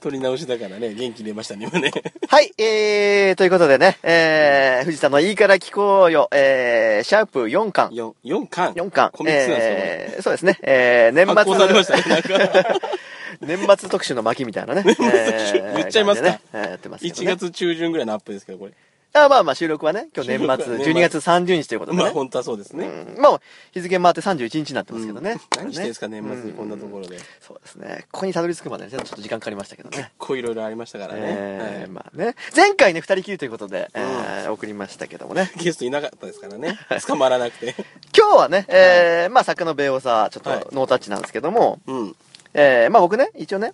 撮り直しだからね、元気出ましたね、今ね。はい、えー、ということでね、えー、藤田のいいから聞こうよ、えー、シャープ4巻。 4、四巻。 4巻。コミックスなんですよ、えー、そうですね、えー、年発行されまし末、たね、なんか。 年末特集の巻みたいなね。末特集えー言っちゃいますか感じでねえーやってますけど1ね。月中旬ぐらいのアップですけど、これ。あまあまあ収録はね、今日年末、収録はね12月30日ということでね。まあ、本当はそうですね。うんまあ、日付回って31日になってますけどね。何してん ですか、年末にこんなところで。そうですね。ここにたどり着くまでね、ちょっと時間かかりましたけどね。こういろいろありましたからね。えーはいまあね、前回ね、二人きりということで、えー送りましたけどもね。ゲストいなかったですからね。捕まら なくて。今日はね、えーまあ、作家の米オさ、ちょっはいとノータッチなんですけども、うん。えーまあ僕ね、一応ね、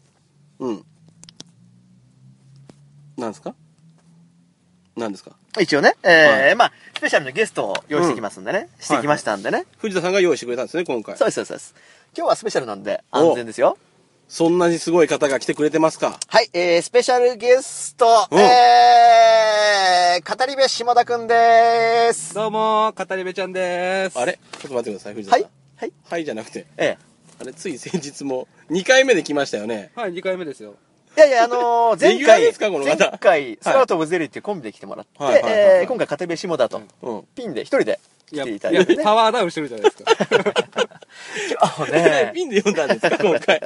うん。なんですかなんですか一応ね、えーはまあ、スペシャルのゲストを用意してきますんでね、してきましたんでね。藤田さんが用意してくれたんですね、今回。そうです、そうですそうです。今日はスペシャルなんで、安全ですよ。そんなにすごい方が来てくれてますかはい、えー、スペシャルゲスト、うんえー、語り部下田くんでーす。どうもー、語り部ちゃんでーす。あれちょっと待ってください、藤田はさん。い、はい、はいじゃなくて。えあれ、つい先日も、2回目で来ましたよね。はい、2回目ですよ。ー、いやいや、あ のー、レ前ギュラー回、ですかこの前方回、スラート・オブ・ゼリーっていうコンビで来てもらって、はいはいはいはいえー今回、語り部下田と、うん。ピンで一人でい来や、ていいただいてやね。パワーダウンしてるじゃないで すか。あのねピンで読んだん ですか、今回。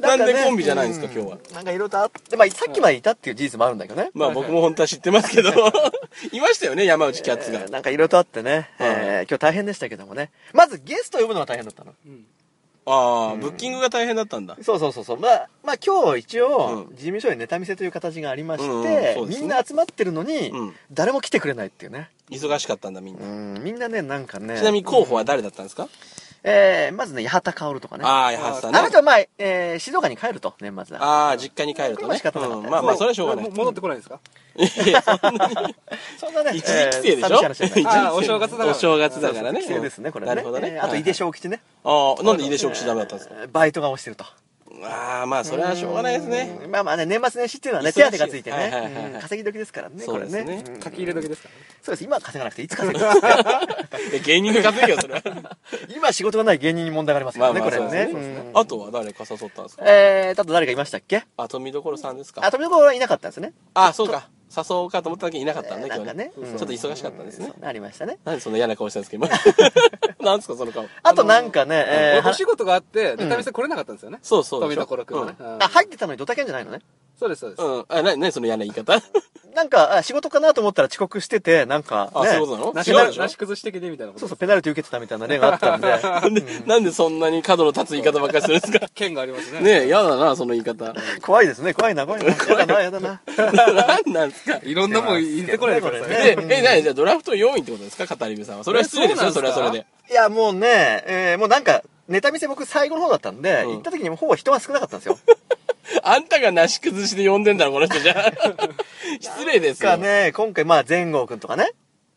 なんかねでコンビじゃないんですか、今日は。なんかいろいろとあって、まあ、さっきまでいたっていう事実もあるんだけどね。まあ僕も本当は知ってますけど、 いましたよね、山内キャッツえがー。なんかいろいろとあってね、はいえー今日大変でしたけどもねまずゲスト呼ぶのは大変だったのうんああ、ブッキングが大変だったんだ。そうそうそうそうまあまあ今日一応、う事ん務所にネタ見せという形がありまして、うんうんそうですみねんな集まってるのに、うん誰も来てくれないっていうね忙しかったんだ、みんうな。んみんなねなんかねちなみに候補は誰だったんですかえーまずね八幡薫とかねあああ、やはさんなね。たはまあ、えー静岡に帰ると年末だああ、実家に帰るとねこれは仕。方なかったうんまあまあ、それはしょうがないも。戻ってこないんですか いや、 そんなに。そんなね一時帰省でし寂いょ話じゃないああ、お正月だから。お正月だからね。帰省ですねこれねなるほどね。えーあと井出正吉ね、ああ、なんで井出正吉ダメだったんですかえーバイトが押してるとああ、まあ、それはしょうがないですね。まあまあね、年末年始っていうのはね、忙しい手当がついてはいはいはいはねい、うん稼ぎ時ですからね、こそうれですねね。うん書き入れ時ですかそうです、今は稼がなくていつ稼ぐかって。え芸人が稼ぐよ、それは。今仕事がない芸人に問題がありますかまらあね、まこあ、そうれですね。ね。うんあとは誰か誘ったんですかえー、だと誰かいましたっけあ、富所さんですかあ、富所はいなかったんですね。ああ、そうか。誘おうかと思っただけいなかったんえだーけなどんかねね。。うちんょっと忙しかったんですねそう。ありましたね。なんでそんな嫌な顔したんですか、今。なんですか、その顔。あとなんかね、えら。おー仕事があって、ネタ見せ来れなかったんですよね。そうそう。富所くんはね。ううんあ、入ってたのにドタキャンじゃないのね。そうです、そうです。ん。うん。あ、な、なにその嫌な言い方なんか、あ仕事かなと思ったら遅刻してて、なんか、あねそういうことななしの違うでしょなし崩し的でみたいなこそと。うそう、ペナルティ受けてたみたいなね、があったん で。なんで、なんでそんなに角の立つ言い方ばっかりするんですか剣がありますね。ねえ、嫌だな、その言い方。怖いですね、怖いな、怖いな。やだな、やだな。なんなんですかいろんなもん言ってこないでくださいねね。で、え、なにじゃあドラフト4位ってことですか語り部さんは。それは失礼ですよ、えそそうれなんはですかそれで。いや、もうね、えーもうなんか、ネタ見せ僕最後の方だったんで、うん行った時にもうほぼ人が少なかったんです よ。あんたがなし崩しで呼んでんだろ、この人じゃあ。 失礼ですがよ。ね、今回まあ、前後くんとかね、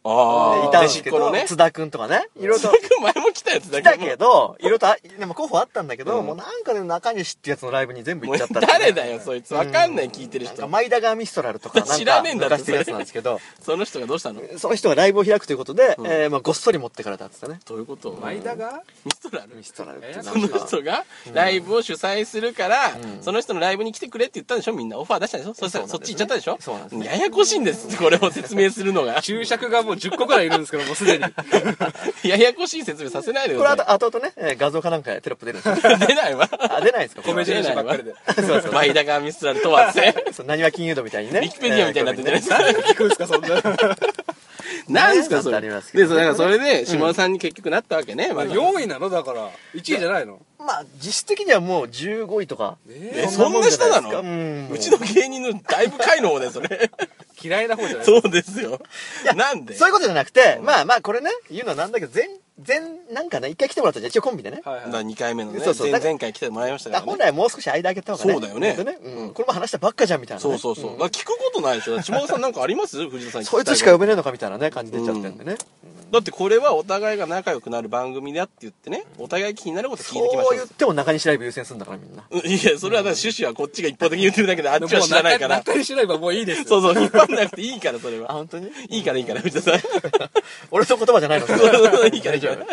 ああ、いたんですしけっこど、のね。津田くんとかね、いろいろと。前も来たやつだ来たけど。けど、いろいろとあ、でも候補あったんだけど、うんもうなんかね、中西ってやつのライブに全部も行っうちゃったっていうね、誰だよ、そいつ。わかんない、聞いてるなんか、人。マイダガーミストラルとか、なんか、知らねえんだって昔してるやつなんですけど、その人がどうしたのその人がライブを開くということで、えーまあ、ごっそり持ってからだっつってね。どういうこと前田がミストラルミストラルってなんかその人がライブを主催するから、その人のライブに来てくれって言ったんでしょみんなオファー出したんでしょそしたらそそうっなんですねち行っちゃったでしょそうなんですややこしいんです、これを説明するのが。注釈がもう10個くらいいるんですけど、もう すでに。ややこしい説明させないでくこれ後ださ後々ね、えー画像かなんかテロップ出るんですよ。 い。出ないわ。あ、出ない ですかこれは米印ばっかりで。そうそう。前田がミストラル問 わず。ウそう、何は金融度みたいにね。ィキペディアみたいになってるじゃないですか。聞くんですか、そんな。何ですか、そなんかあれ。りで、ますそけどうだからそれで、島田さんに結局なったわけね。 まあ4位なのだから。1位じゃないのまあ、実質的にはもう15位とか。ええそんな下なそんなもんじゃないですのかうんうちの芸人のだいぶ下位の方だよ、そ れ。ー嫌いな方じゃないそうですよ。なんでそういうことじゃなくて、まあまあ、これね、言うのはなんだけど、全、全、なんかね、一回来てもらったじゃん、一応コンビでね。はいはい。 2回目のね、そうそう前前回来てもらいましただかから本らね。来もう少し間開けた方がね。そうだよね本当うんこれも話したばっかじゃん、みたいなね。そうそうそう。だから聞くことないでしょ。島田さんなんかあります藤田さんに聞きたそいつしか呼べねえのかみたいなね、感じ出ちゃってるんでね。だだってこれはお互いが仲良くなる番組だって言ってね、お互い気になること聞いてきましょそう言っても中西ライブ優先するんだからみんな。う。 いや、それはだから趣旨はこっちが一方的に言ってるだけで、あっちは 知らないから。中にしないばもういいです。そううそう、引っ張んなくていいから、それあ、は。本当にいいからいいから、藤田 さん。俺の言葉じゃないのそれいいからいいから。だか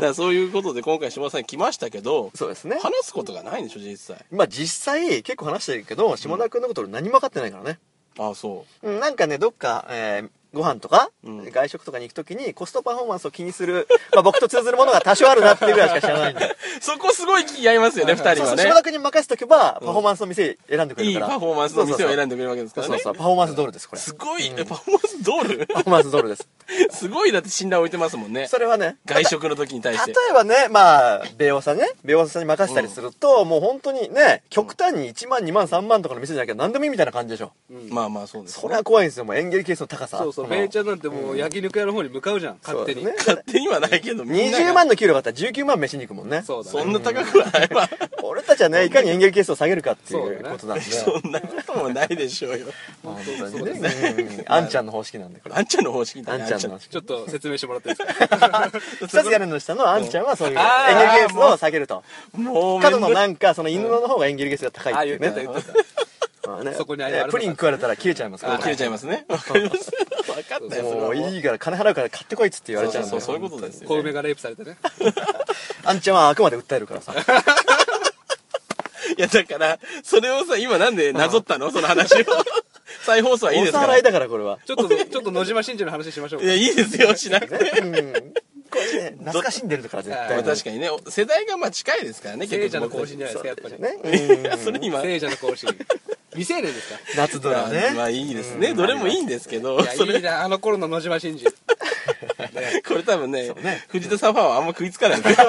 らそういうことで今回下田さん来ましたけど、そうですね。話すことがないんでしょ、実際。まあ実際結構話してるけど、下田君のこと俺何も分かってないからね。ああ、そうんなんかね、どっか、えーご飯とか、うん外食とかに行くときにコストパフォーマンスを気にする、 まあ僕と通ずるものが多少あるなっていうぐらいしか知らないん で。う。そこすごい気合いますよね、二人そうそはう、ね島。田君に任せとけば、パフォーマンスの店選んでくれいるいから。パフォーマンスの店を選んででくれるわけですそかうらそうねそ。う、パフォーマンスドールです、これ。すごい、えパフォーマンスドールパフォーマンスドールです。 すごいだって信頼を置いてますもんね。 それはね、外食の時に対し例て。えばね、まあ、米オさんね、米オさんに任せたりすると、もう本当にね、極端に1万、2万、3万とかの店じゃなきゃ何でもいいみたいな感じでしょ。まあまあそうですね。それは怖いんですよ、もう演芸ケースの高 さ。そうそう、このベイちゃんなんてもう焼肉屋の方に向かうじゃん、勝手に。そうだね勝手にはないけど、みんなが20万の給料があったら19万飯に行くもんね。そうだそね。んな高くはないわ。俺たちはね、いかに演劇ケースを下げるかっていそううだねことなんで。 そんなこともないでしょうよ。本当に ね。あんちゃんの方式なんで、これ。あんちゃんの方式だあね。んちゃんの方式。ちょっと説明してもらっていいですか二つ屋根の下のあんちゃんはそういう演あー劇ケースを下げると。あんちゃんもうめん角のどなんか、その犬の方が演劇ケースが高いあ、ってい言っうてた言ね。ってた。 まあねそこにあれいやあれプリン食われたら切れちゃいますから。切れちゃいますね。わかります。分かったよ、それもはうもう。いいから金払うから買ってこいっつって言われちそゃううんだそよう、そういうことです小よ、梅ね。がレイプされてね。あんちゃんはあくまで訴えるから さいや、だから、それをさ、今なんでなぞったのその話を。再放送はいいおですさからら。いいだからこれはち ょっと、ちょっと野島真二の話しましょうか。や、いいですよ、しなくて。 うんこれね懐かしんでるから絶まあ対確かにね、お世代がまあ近いですからね、聖結者局の僕たち。更新じゃないですか、やっぱり。ね いや、それ今。聖者の更新。未成年ですか夏ドラまあまあねいいですね、どれもいいんですけど、 そいや、いいれ、な、あの頃の野島真二。これ多分ね、藤田さんファンはあんま食いつかないんですよ。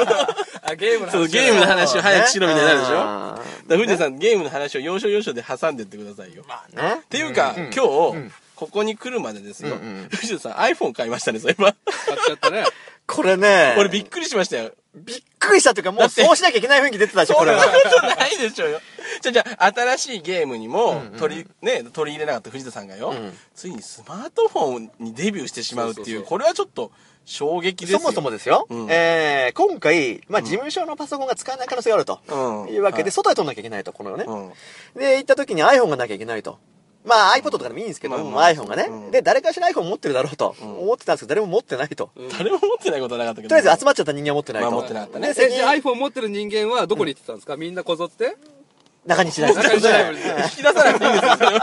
あ、ゲームのその話。ゲームの話を早くしろみたいになるでしょ。だかあら藤田さん、ゲームの話を要所要所で挟んでってくださいよ。っーねていうか、今日、ここに来るまでですよ、うんうん藤田さん iPhone 買いましたね、そういえば。買っちゃったね。これね俺びっくりしましたよ。びっくりしたというかもうそうしなきゃいけない雰囲気出てたでしょこれはことないでしょうよ。じゃあじゃあ新しいゲームにも取り、ね、取り入れなかった藤田さんがよ、ついにスマートフォンにデビューしてしまうっていう、そうそうそうこれはちょっと衝撃ですそよ。もそもですよ、うんえー今回、まあ、事務所のパソコンが使えない可能性があると、うんいうわけで、はい外へ取んなきゃいけないとこのね、うんで行った時に iPhone がなきゃいけないとまあ iPod とかでもいいんですけど、まあまあまあ iPhone がね、うんで誰かしら iPhone 持ってるだろうと思ってたんですけど誰も持ってないと、と誰も持ってないことはなかったけど。りあえず集まっちゃった人間は持ってないと、まあ持ってなかったねねえ、責じ任ゃあ iPhone 持ってる人間はどこに行ってたんですかみんなこぞって中西大中西 大輔輔引き出さなくていいんですよ、それは。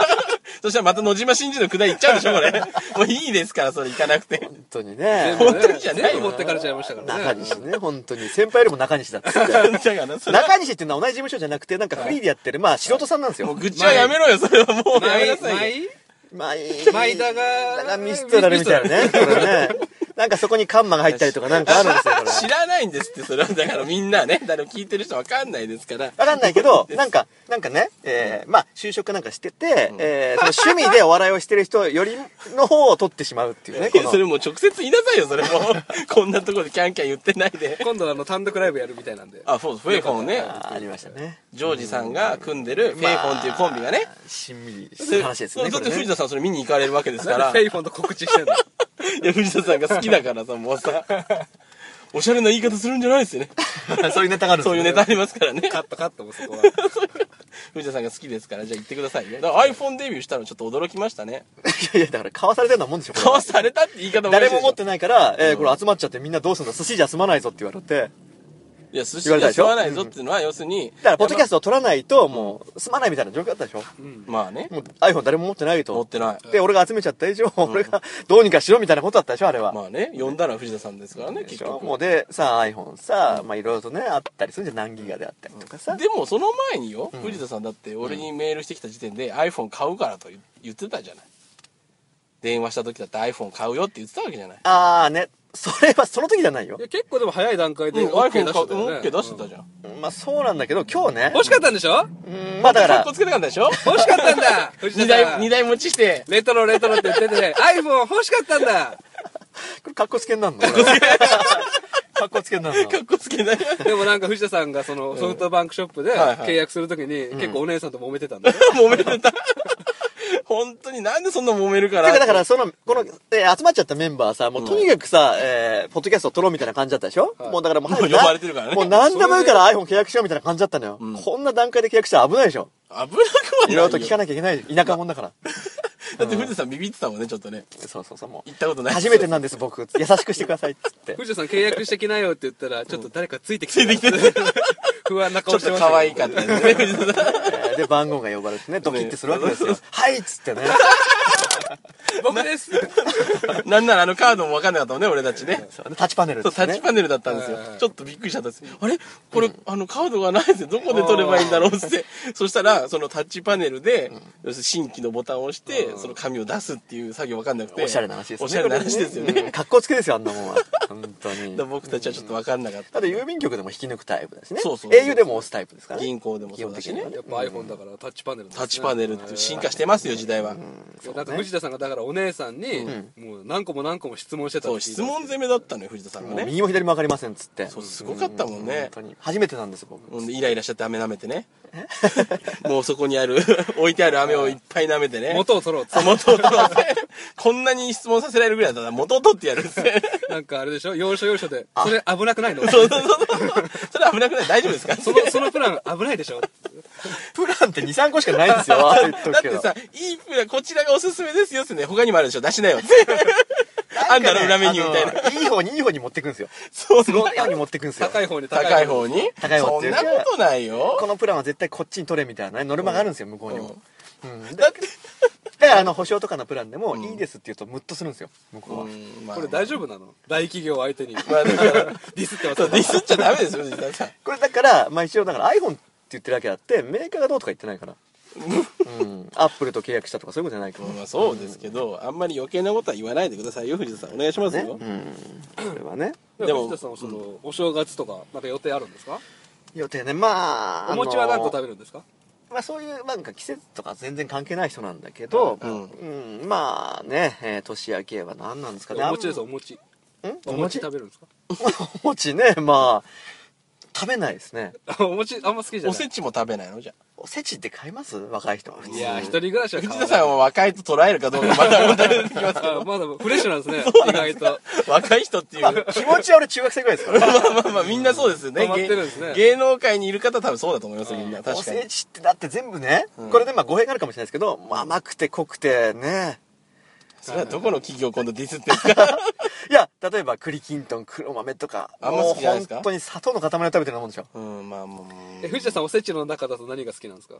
そしたらまた野島真二のくだり行っちゃうでしょ、これ。もういいですから、それ行かなくて。本当にね全部本当にじゃねえよ全部持ってかれちゃいましたか中らね。西ね本当に先輩よりも中西だっつってだから、 それは。中西っていうのは同じ事務所じゃなくてなんかフリーでやってる、まあ素人さんなんですよもう愚痴はやめろよ、それはもうやめなさいよ。前まあいい。前田がだからミストラルみたいなね。これね。なんかそこにカンマが入ったりとかなんかあるんですよ、これ。知らないんですって、それは。だからみんなね、誰も聞いてる人わかんないですから。わかんないけど、なんか、なんかね、えー、まあ、就職なんかしてて、えー、その趣味でお笑いをしてる人よりの方を取ってしまう っていうね、このそ。れもう直接言いなさいよ、それも。 こんなところでキャンキャン言ってないで。今度あの単独ライブやるみたいなんで。あ、そう、フェイフォンね。あありましたね。ジョージさんが組んでるフェイフォンっていうコンビがね。しんみりすそれる話ですね。だこっれて藤ね田さんそれ見に行かれるわけですかならん。で iPhone と告知してんのいや、藤田さんが好きだからさ、も うさ、おしゃれな言い方するんじゃないですよね。そういうネタがあるんですそういうネタありますからね。カットカットもそこは。藤田さんが好きですから、じゃあ言ってくださいよ。だから iPhone デビューしたのちょっと驚きましたね。いやいや、だから買わされてるのもんでしょ、これ買はわされたって言い方もおかし誰いでしもょ持ってないから、えー、これ集まっちゃってみんなどうすんだ寿司じゃ済まないぞって言われて。いや、寿司言われたでがししょょわないぞっていうのは、要するに、だから、ポッドキャストを取らないと、もう、済まないみたいな状況だったでしょ。まあね、もう iPhone 誰も持ってないと。持ってない。で、俺が集めちゃった以上、俺がどうにかしろみたいなことだったでしょ、あれは。まあね、呼んだのは藤田さんですからでね、結しょ局。もうで、さあ iPhone さあ、まあいろいろとね、あったりするじゃん、何ギガであったりとかさ。でもその前によ、藤田さんだって俺にメールしてきた時点で iPhone 買うからと言言ってたじゃない。電話した時だって iPhone 買うよって言ってたわけじゃない。あーね、それはその時じゃないよい。や結構でも早い段階でうん、 OK 出 iPhone して買う、たよね。 OK 出してたじゃん。まあそうなんだけど、今日ねうん。欲しかったんでしょうんまあだからかっこ、つけたかったでしょ欲しかったんだ藤二田さ台、ん二台持ちして。レトロレトロって言って て iPhone 欲しかったんだこれ格好つけになるの格好つけ。 格好つけになるのかっこつけない。 でもなんか藤田さんがそのソフトバンクショップではいはい契約するときに結構お姉さんと揉めてたんだよ揉めてた。本当になんでそんな揉めるかてら。かだからその、この、えー集まっちゃったメンバーさ、もうとにかくさ、えーポッドキャストを撮ろうみたいな感じだったでしょ、もうだからもうもうな呼ばれてるからねもう何でもいいから iPhone 契約しようみたいな感じだったのよ。こんな段階で契約したら危ないでしょ危なくはいないよ。ろいろと聞かなきゃいけない。田舎者だから。だって藤田さんビビってたもんね、ちょっとね。そうそうそう、も行ったことう。ない。初めて なんです僕。優しくしてくださいっつって。藤田さん契約してきなよって言ったら、ちょっと誰かついてきて。ついてきて。不安なちょ顔っしてとました。可愛かったです ね、藤田さえん。ーで、番号が呼ばれてね、ドキってするわけですよ。 はいっつってね。僕です。なんならあのカードも分かんなかったもんね、俺たちね。そうタッチパネルっそつう、っタてッチね。パネルだったんですよはいはいは。いちょっとびっくりしちゃったんです。あれこれ、あの、カードがないですよ。どこで取ればいいんだろうって。 そしたら、そのタッチパネルで、要するに新規のボタンを押して、その紙を出すっていう作業分かんなくて。おしゃれな話ですね。おしゃれな話ですよね。うん。格好つけですよ、あんなもんは。本当 に。だから 僕たちはちょっと分かんなかった。ただ郵便局でも引き抜くタイプだしね。そうそうそう au でも押すタイプですからね。銀行でもそうだしね基本的にはやっぱ iPhone だからタッチパネルなんですねタッチパネルって進化してますよ、時代は。なんか藤田さんがだからお姉さんに、もう何個も何個も質問してたそっう、て聞い質た問攻めだったのよ、藤田さんもがうね。右も左もわかりませんっつって。そう、すごかったもんね本。当に。初めてなんです、僕。うんイライラしちゃって飴舐めてね。 もうそこにある、 置いてある飴をいっぱい舐めてね。元を取ろうっつっそう元を取ろうって。こんなに質問させられるぐらいだったら元を取ってやるって。てなんかあれでしょ要所要所でそれ危なくないのそうそうそうそう。それ危なくない大丈夫ですかそのそのプラン 危ないでしょプランって2、3個しかないん ですよ。言とだくけってどさ、いいプラン、こちらがおすすめですよってね、他にもあるでしょ出しなよって。あんたの裏メニューみたいな。あのいい方にいい方に持ってくんですよ。そうすそうごい方に持ってくんですよ。高い方に高い方に高い方っそてんいうなかことないよ。このプランは絶対こっちに取れみたいなねノルマがあるんですよ、向こうにも。うんだって、だからあの保証とかのプランでも、いいですって言うとムッとするんですよ向こうは、うんまあこれ大丈夫なの大企業相手に まあだから、ディスってまそうディスすっちゃダメですよ、藤田さん。これだから、まあ、一応だから iPhone って言ってるだけあってメーカーがどうとか言ってないからうんアップルと契約したとかそういうことじゃないから、まあそうですけど、あんまり余計なことは言わないでくださいよ、藤田さん。お願いしますよ。ねうんそれはねででもも藤田さんはその、お正月とかなんか予定あるんですか予定ねまあお餅は何あ個食のべるんですかまあそういうなんか季節とか全然関係ない人なんだけど、うんうんまあね、えー年明けは何なんですかねお餅ですお餅あんんおお餅餅食べるんですか お餅ねまあ食べないですね お餅あんま好きじゃおないせちも食べないのじゃあおせちって買います若い人はいやー一人暮らしは藤変わ田らさんないは若いと捉えるかどうかまた問題出てきますけあまだフレッシュなんですね意外とど 若い人って いう気持ちは俺中学生ぐらいですからまあまあまあみんなそうですよねハマってるんですね芸芸能界にいる方多分そうだと思いますよみんな確かにおせちってだって全部ね、これでまあ語弊があるかもしれないですけど、まあ、甘くて濃くてね それはどこの企業今度ディスってんす かいや例えば栗きんとん黒豆とかあんま好きじゃないですかもう本当に砂糖の塊を食べてるようなもんでしょうんまあまあまえ藤田さんおせちの中だと何が好きなんですか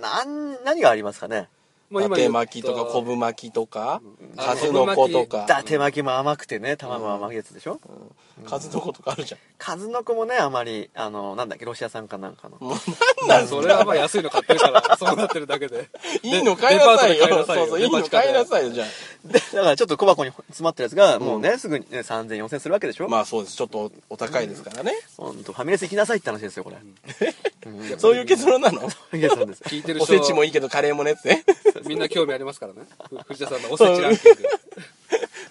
なん何がありますかねあ今伊達言った巻きとか昆布巻きとかあ数の子とかだ手巻きも甘くてね卵も甘いやつでしょ、数の子とかある じゃん数の子もねあまりあのなんだっけロシア産かなんかのもうなんなんそれはまあ安いの買ってるからそうなってるだけでいいの買いなさいよデパそートで買いなさいようそういいの買いなさいよじゃでだからちょっと小箱に詰まってるやつがもうね、すぐに、ね、30004000するわけでしあょ、まあそうですちょっとお高いですからねほんとファミレス行きなさいって話ですよこれ、そういう結論なのファミレスなんです聞いてるお人せちもいいけどカレーもねってね みんな興味ありますからねふ藤田さんのおせちランキング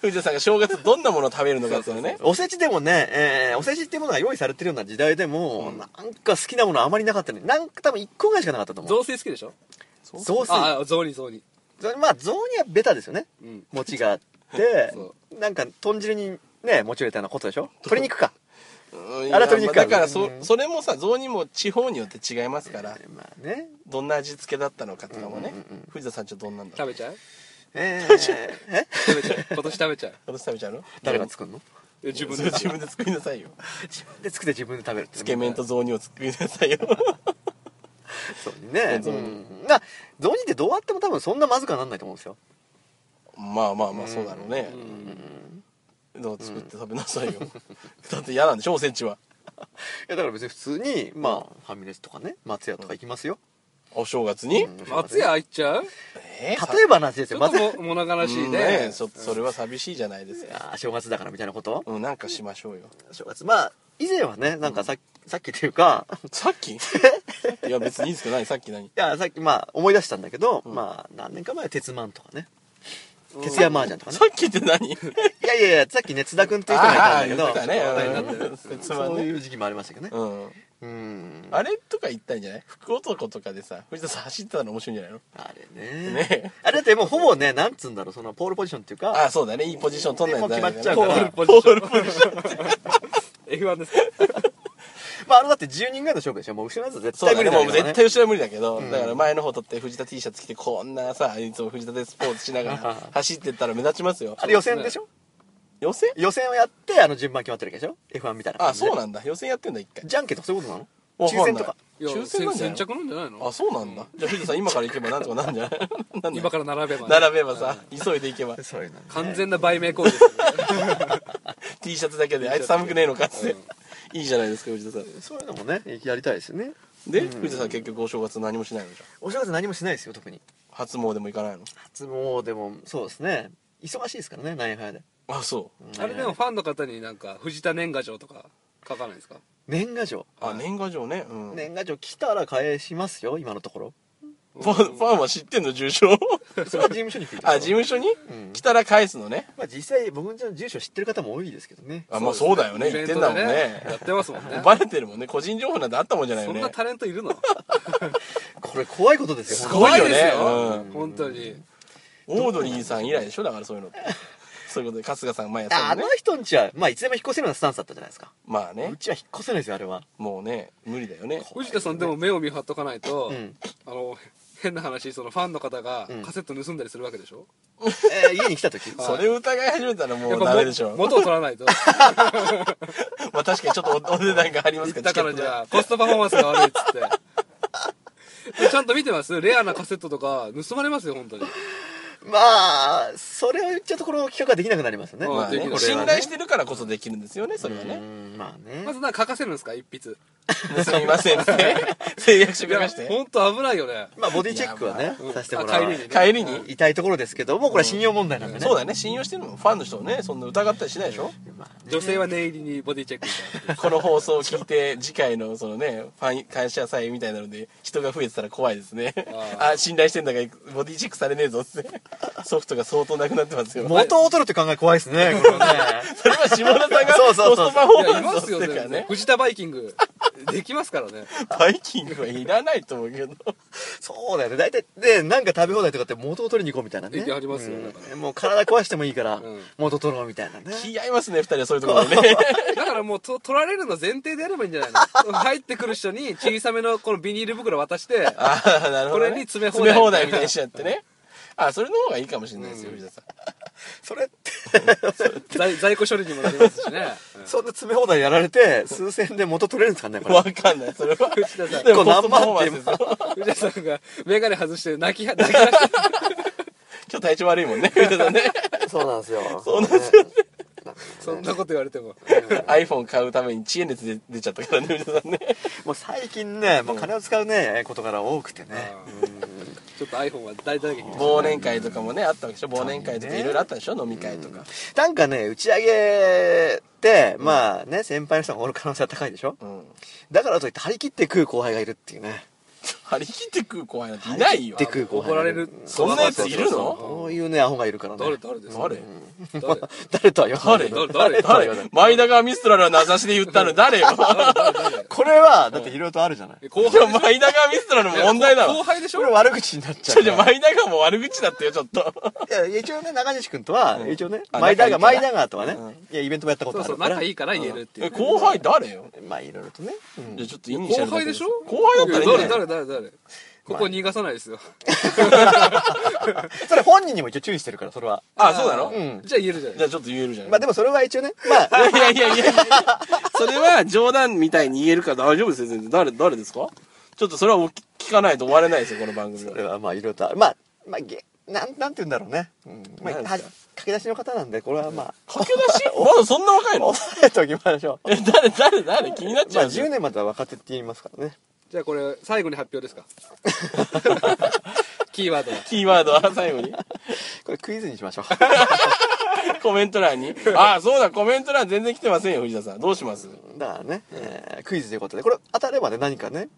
藤田さんが正月どんなものを食べるのかっていうのねおせちでもね、えーおせちっていうものが用意されてるような時代でも、なんか好きなものあまりなかったねなんか多分1個ぐらいしかなかったと思う雑炊好きでしょ雑炊ああ雑煮雑煮雑まあ雑煮はベタですよねうん餅があ ってそなんか豚汁にね餅を入れたようなことでしょ鶏肉かうんあれ鶏肉だからそうんそれもさ雑煮も地方によって違いますからまあねどんな味付けだったのかとかもね藤田さんちはどんなんだ食べちゃうえ ー、え食べちゃ う今年食べちゃう私食べちゃうの誰が作るの え自分そでう自分で作りな さいよで作って自分で食べるつつけ麺と雑煮を作りなさいよそうにね雑煮うんな雑煮ってどうやっても多分そんなまずくはなんないと思うんですよ まあまあまあそうだろうねうんどう作って食べなさいよ だって嫌なんでしょおせちはいやだから別に普通にまあ、ファミレスとかね松屋とか行きますよ、お正月に松屋入っちゃうえー例えばの話ですちよょっ松と屋も物悲しいうんねねそそれは寂しいじゃないですかあー正月だからみたいなことうんなんかしましょうよ正月まあ以前はねなんかさ,、さっきというかさっき いや別にいいんですけど何さっき何いやさっきまあ思い出したんだけど、まあ何年か前は鉄マンとかね徹夜麻雀とかねさっきって何いやいやいやさっきね津田君っていう人がいあた あん言だっけどてたねそううんつまんそうねいう時期もありましたけどね、うんうんあれとか言ったんじゃない福男とかでさ、藤田さん走ってたの面白いんじゃないのあれねねあれだってもうほぼねなんつうんだろうそのポールポジションっていうあかあ、そうだね。いいポジション取んないとダメだねもう決まっちゃうポからールポジション。F1 ですかまああれだって10人ぐらいの勝負でしょもう後ろのやつは絶そう対だ無ね。理だもようね絶対後ろは無理だけど、んだから前の方取って藤田 T シャツ着てこんなさ、いつも藤田でスポーツしながら走ってったら目立ちますよ。あれ予選でしょ予選予選をやってあの順番決まってるわけでしょ F1 みたいなあ感あ、じでそうなんだ。予選やってんだ、一回。じゃんけんとかそういうことなのわかん抽ない選とかいや抽選なんじゃない先着なんじゃないのあ、そうなんだ。じゃあ藤田さん今から行けばなんとかなんじゃないなんだよ今から並べばね、並べばさ、急いで行けば。そういうのね完全な売名行為ですよね T シャツだけで、あいつ寒くねえのかっつって。いいじゃないですか、藤田さん。そういうのもねやりたいですよねで、藤田さん結局お正月何もしないのじゃん。お正月何もしないですよ特に初詣も行かないの初詣もそうですね忙しいですからね何やかんやであ、 そう。あれでもファンの方になんか藤田年賀状とか書かないですか年賀状あ、年賀状ね。うん。年賀状来たら返しますよ今のとこ ろファンファンは知ってんの、住所それは事務所に聞いてあ、事務所にうん来たら返すのね。まあ実際僕の住所知ってる方も多いですけどねあ、まあそうだよね。イ言ベっンてトんでだもんやねっ。てますもんねバレてるもんね。個人情報なんてあったもんじゃないそよんねな。タレントいるのこれ怖いことですよす本ごいよね怖ですようん本当にオードリーさん以来でしょだからそういうのって。 そういうことで、春日さん前やっ当にあたののね。人んちはまあいつでも引っ越せるようなスタンスだったじゃないですかまあうね。ちは引っ越せないですよあれ はもうね、無理だよね。藤田さんでも目を見張っとかないと、うんあの変な話そのファンの方がうんカセット盗んだりするわけでしょ、えー家に来た時あそれ疑い始めたらもやうっぱダもメでしょ。元を取らないとまあ確かにちょっとおお値段がありますけど、だからじチケットねゃあコストパフォーマンスが悪いっつってでちゃんと見てますレアなカセットとか盗まれますよ本当にまあそれを言っちゃうとこの企画はできなくなりますよね,、うんまあできねる、信頼してるからこそできるんですよね、それはねね。まあねまずなんか書かせるんですか一筆すみません って。誓約書書かして。本当危ないよねまあボディチェックはねうんさせてもらあう帰りにね帰りに痛いところですけどもこれは信用問題なんでね、そうだね、信用してるのもファンの人をね、そんな疑ったりしないでしょまあ女性は念入りにボディチェックみ たいなこの放送を聞いて、次回のそのね、ファン感謝祭みたいなので、人が増えてたら怖いですね。ああ、信頼してんだから、ボディチェックされねえぞ って。ソフトが相当なくなってますよ。元を取るって考え怖いですねこれはねそれは下田さんがそうコそうスそうトパフォーいやマンスいまをすすよるから全然ね。藤田バイキングできますからねバイキングはいらないと思うけど。そうだよね大体でなんか食べ放題とかって元を取りに行こうみたいなねいやありますようんだからもう体壊してもいいからうん元取ろうみたいなね、気合いますね、二人はそういうところで ね。だからもうと取られるの前提でやればいいんじゃないの 入ってくる人に小さめのこのビニール袋 渡してああ、なるほど、ね。これに詰め放詰題め放題みたいにしちゃってね。あ、それの方がいいかもしれないですよ、藤田さん。それって在在庫処理にもなりますし ね、そんな詰め放題やられて数千で元取れるんですかねこれわかんない、それは。藤田さんでもこうコストパフォーマンスですよ。うん藤田さんが眼鏡外して泣きは 泣き出して今日体調悪いもんね、藤田さんね。そうなんですよそうなんですよ、ねそんなこと言われても iPhone 買うために知恵熱で出ちゃったからね、藤田さんね。もう最近ね、もう金を使うね、ことから多くてね。ちょっと iPhone は大打撃です忘年会とかもね、あったわけでしょ忘年会とかいろいろあったでしょ飲み会とか。なんかね、打ち上げって、まあね、先輩の人がおる可能性は高いでしょうん。だからといって張り切って食う後輩がいるっていうね。張り切って食う後輩なんていないよ。張り切って食う後輩怒られるそんなやついるのそういうね、アホがいるからね。誰誰ですか誰誰誰とは言わな誰い。誰誰誰誰前田川ミストラルは名指しで言ったの誰よ 誰これは、だっていろいろとあるじゃない。え後じゃあ輩前田川ミストラルの問題だ後ろ。輩でしょこれ悪口になっちゃちょ、うじかゃあら。前田川も悪口だったよ、ちょっと。いや、一応ね、中西君とは、一応ね、あ前田が、仲い前いから田川とはね、いや、イベントもやったことそうあそうるから。仲いいから言えるっていえ、う後輩誰よまあ、いろいろとね。うんじゃあちょっとイニシャ後ルだけ輩でしょ後輩だったらいいんじゃない誰誰誰誰ここ逃がさないです よそれ本人にも一応注意してるから、それは。あ、そうなの、うん。じゃあ言えるじゃないじゃあちょっと言えるじゃん。まあでもそれは一応ね、まあ、いやいやいやいやそれは冗談みたいに言えるから大丈夫ですよ、全然。誰、誰ですかちょっとそれはお聞聞かないと終われないですよ、この番組そは。れはまあいろいろとあるまあまあげなんなんて言うんだろうね、うんまあ、何はです駆け出しの方なんでこれはまあ 駆け出しまだそんな若いの抑えておきましょうえ、誰、誰、誰気になっちまゃあうじゃ10ん。年までは若手って言いますからねじゃあこれ最後に発表ですかキーワードはキーワードは最後に。これクイズにしましょうコメント欄に。あ、そうだ、コメント欄全然来てませんよ、藤田さん。どうしますだからね、えークイズということでこれ当たればね何かね、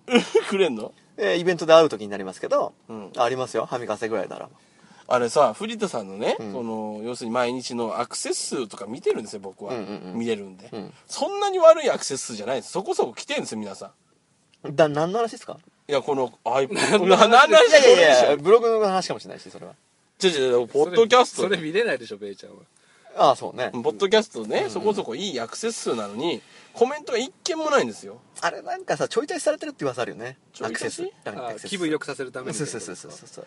くれんのえーイベントで会う時になりますけど、うんありますよはみ出せぐらいならあれさ、藤田さんのね、んこの、要するに毎日のアクセス数とか見てるんですよ、僕うは。んうんうん見れるんで、うんそんなに悪いアクセス数じゃないです。そこそこ来てるんですよ、皆さん。だ、何の話ですかいや、この iPod。何の話いやいしてるでしやいや、ょブログの話かもしれないし、それは。ちょちょ、ポッドキャストそれ。それ見れないでしょベイちゃんはああ、そうね。ポッドキャストね、そこそこいいアクセス数なのに、コメントが一件もないんですよ。あれなんかさ、ちょい足しされてるって噂あるよね。ちょい足しうんアあクセス気分良くさせるためにそうそうそうそうそう。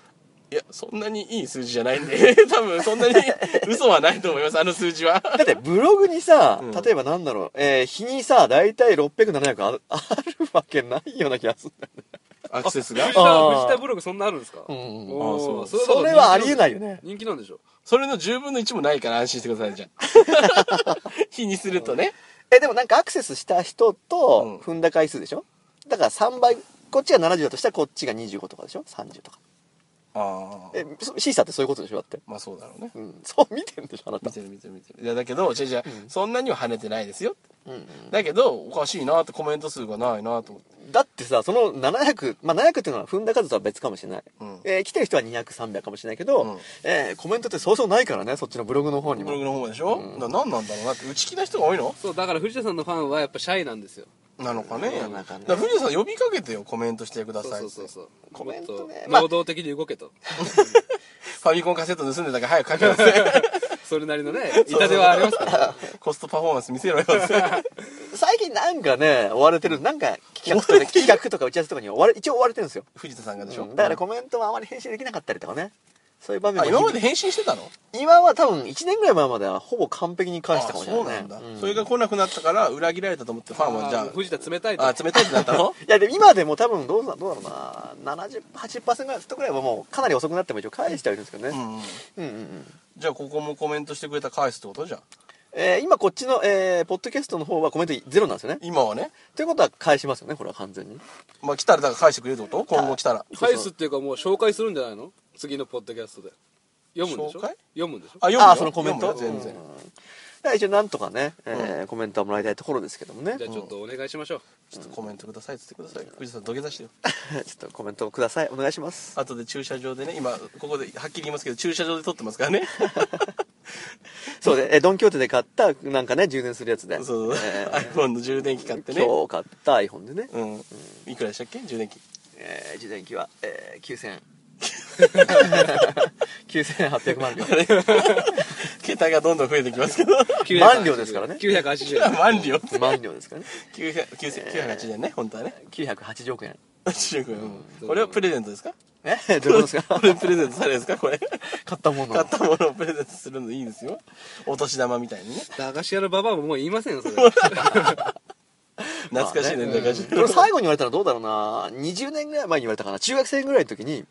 いや、そんなにいい数字じゃない んで、多分そんなに嘘はないと思います、あの数字は。だってブログにさうん、例えばなんだろう、えー日にさ、だいたい600、700あるあるわけないような気がするんだよね。アクセス藤が田。あー藤田ブログそんなあるんですかうんうんおーあーいことそれはありえないよね人気なんでしょそれの10分の1もないから安心してください、じゃあ。 日にするとね。え、でもなんかアクセスした人とう踏んだ回数でしょだから3倍、こっちが70だとしたらこっちが25とかでしょ ?30 とか。ああえ。、そシーサーってそういうことでしょだって。まあそうだろうね。うん。そう見てんでしょあなた見。てる見てる見てる。いや、だけど、じゃあじゃあそんなには跳ねてないですよ。うんうんだけど、おかしいなってコメント数がないなと思って。だってさ、その700、まあ700っていうのは踏んだ数とは別かもしれない。うんえー来てる人は200、300かもしれないけど、うんえーコメントってそうそうないからね、そっちのブログの方にブもロ。グの方でしょ、だから何なんだろうなって、内気な人が多いのそうだから藤田さんのファンはやっぱシャイなんですよなのかね。うんだから藤田さん呼びかけてよ、コメントしてくだそうさいそっうてそうそうコメントねもっと能動的に動けと、ファミコンカセット盗んでたから早く書けろ って。それなりのね痛手はありますからコストパフォーマンス見せ ろよって。最近なんかね、追われてる、なんか企画とか,、企画とか打ち合わせとかに追われ、一応追われてるんですよ。藤田さんがでしょ、うんだからコメントもあまり返信できなかったりとかね。そういう場面あも今まで返信してたの今は多分1年ぐらい前まではほぼ完璧に返してたかもしれない、そうね。なんだ、うんそれが来なくなったから裏切られたと思ってファンはじゃあー藤田冷たいとああ冷たいってなったのいやでも今でも多分どうなどうだろうな70、80%ぐらいぐらいはもうかなり遅くなっても一応返してはいるんですけどうね。ん、うん、うん、うん、うん。じゃあここもコメントしてくれたら返すってことじゃんえー今こっちの、えーポッドキャストの方はコメントゼロなんですよね。今はねということは返しますよね、これは完全に。まあ来たらだから返してくれるってこと今後来たら返すっていうかもう紹介するんじゃないの次のポッドキャストで読むんでしょ紹介読むんでしょあ読むよああー、そのコメント読むよ全然うんだから一応なんとかね、えーコメントはもらいたいところですけどもね。じゃあちょっとお願いしましょう、ちょっとコメントくださいっつってください藤田さん土下座 してよちょっとコメントをください。お願いします。あとで駐車場でね今ここではっきり言いますけど駐車場で撮ってますからねそうで、えードンキョーテで買った、なんかね、充電するやつで。そ う、えー iPhone の充電器買ってね今日買った iPhone でね。うんいくらでしたっけ充電器 えー、充電器は、えー、9000。9800万両。桁がどんどん増えてきます けど980万両ですからね980円 万両万両ですかね。 900 980円ね本当はね980億円。中国うんこれはプレゼントですかえ どういうことですかこれプレゼントされるんですかこ れ買ったもの。買ったものをプレゼントするのいいですよお年玉みたいにね駄菓子屋のババアももう言いませんよそれあ懐かしいねまあ駄菓子でも最後に言われたらどうだろうな20年ぐらい前に言われたかな中学生ぐらいの時に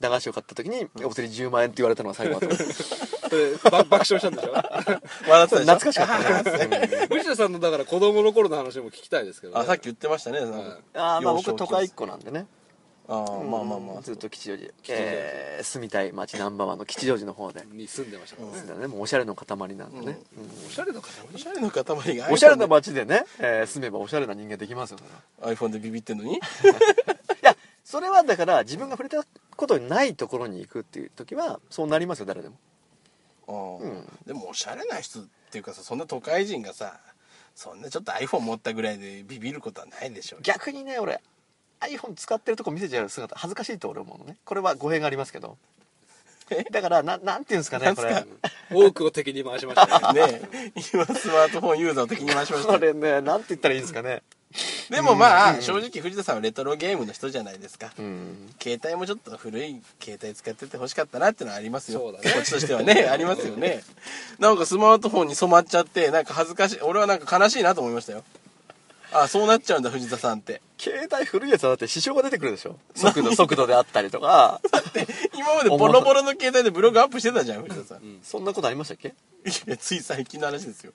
駄菓子を買った時にお釣り10万円って言われたのが最後 だったそれば爆笑したんでしょ 笑ってたでしょ懐かしかったね 藤田さんのだから子供の頃の話も聞きたいですけど、ね、あさっき言ってましたねなんかはいあーまあ幼少僕期都会っ子なんでねああまあまあまあずっと吉祥寺祥寺えー住みたい町ナンバーワンの吉祥寺の方でに住んでましたからね、住んだねもうおしゃれの塊なんでねおしゃれの方おしゃれの塊が おしゃれな町でねえー住めばおしゃれな人間できますよそれは iPhone でビビってんのに いやそれはだから自分が触れたことにないところに行くっていう時はそうなりますよ誰でもあーでもおしゃれな人っていうかさそんな都会人がさそんなちょっと iPhone 持ったぐらいでビビることはないでしょうよ逆にね俺 iPhone 使ってるとこ見せちゃう姿恥ずかしいと俺思うのねこれは語弊がありますけど だからななんていうんですかねこれ多くを敵に回しましたねねえ今スマートフォンユーザーを敵に 回しましたこれねなんて言ったらいいんですかねでもまあ正直藤田さんはレトロゲームの人じゃないですかうん携帯もちょっと古い携帯使ってて欲しかったなってのはありますよそうだねこっちとしてはねありますよねなんかスマートフォンに染まっちゃってなんか恥ずかしい俺はなんか悲しいなと思いましたよあそうなっちゃうんだ藤田さんって携帯古いやつはだって支障が出てくるでしょ速度速度であったりと か今までボロボロの携帯でブログアップしてたじゃん藤田さん、いそんなことありましたっけやつい最近の話ですよ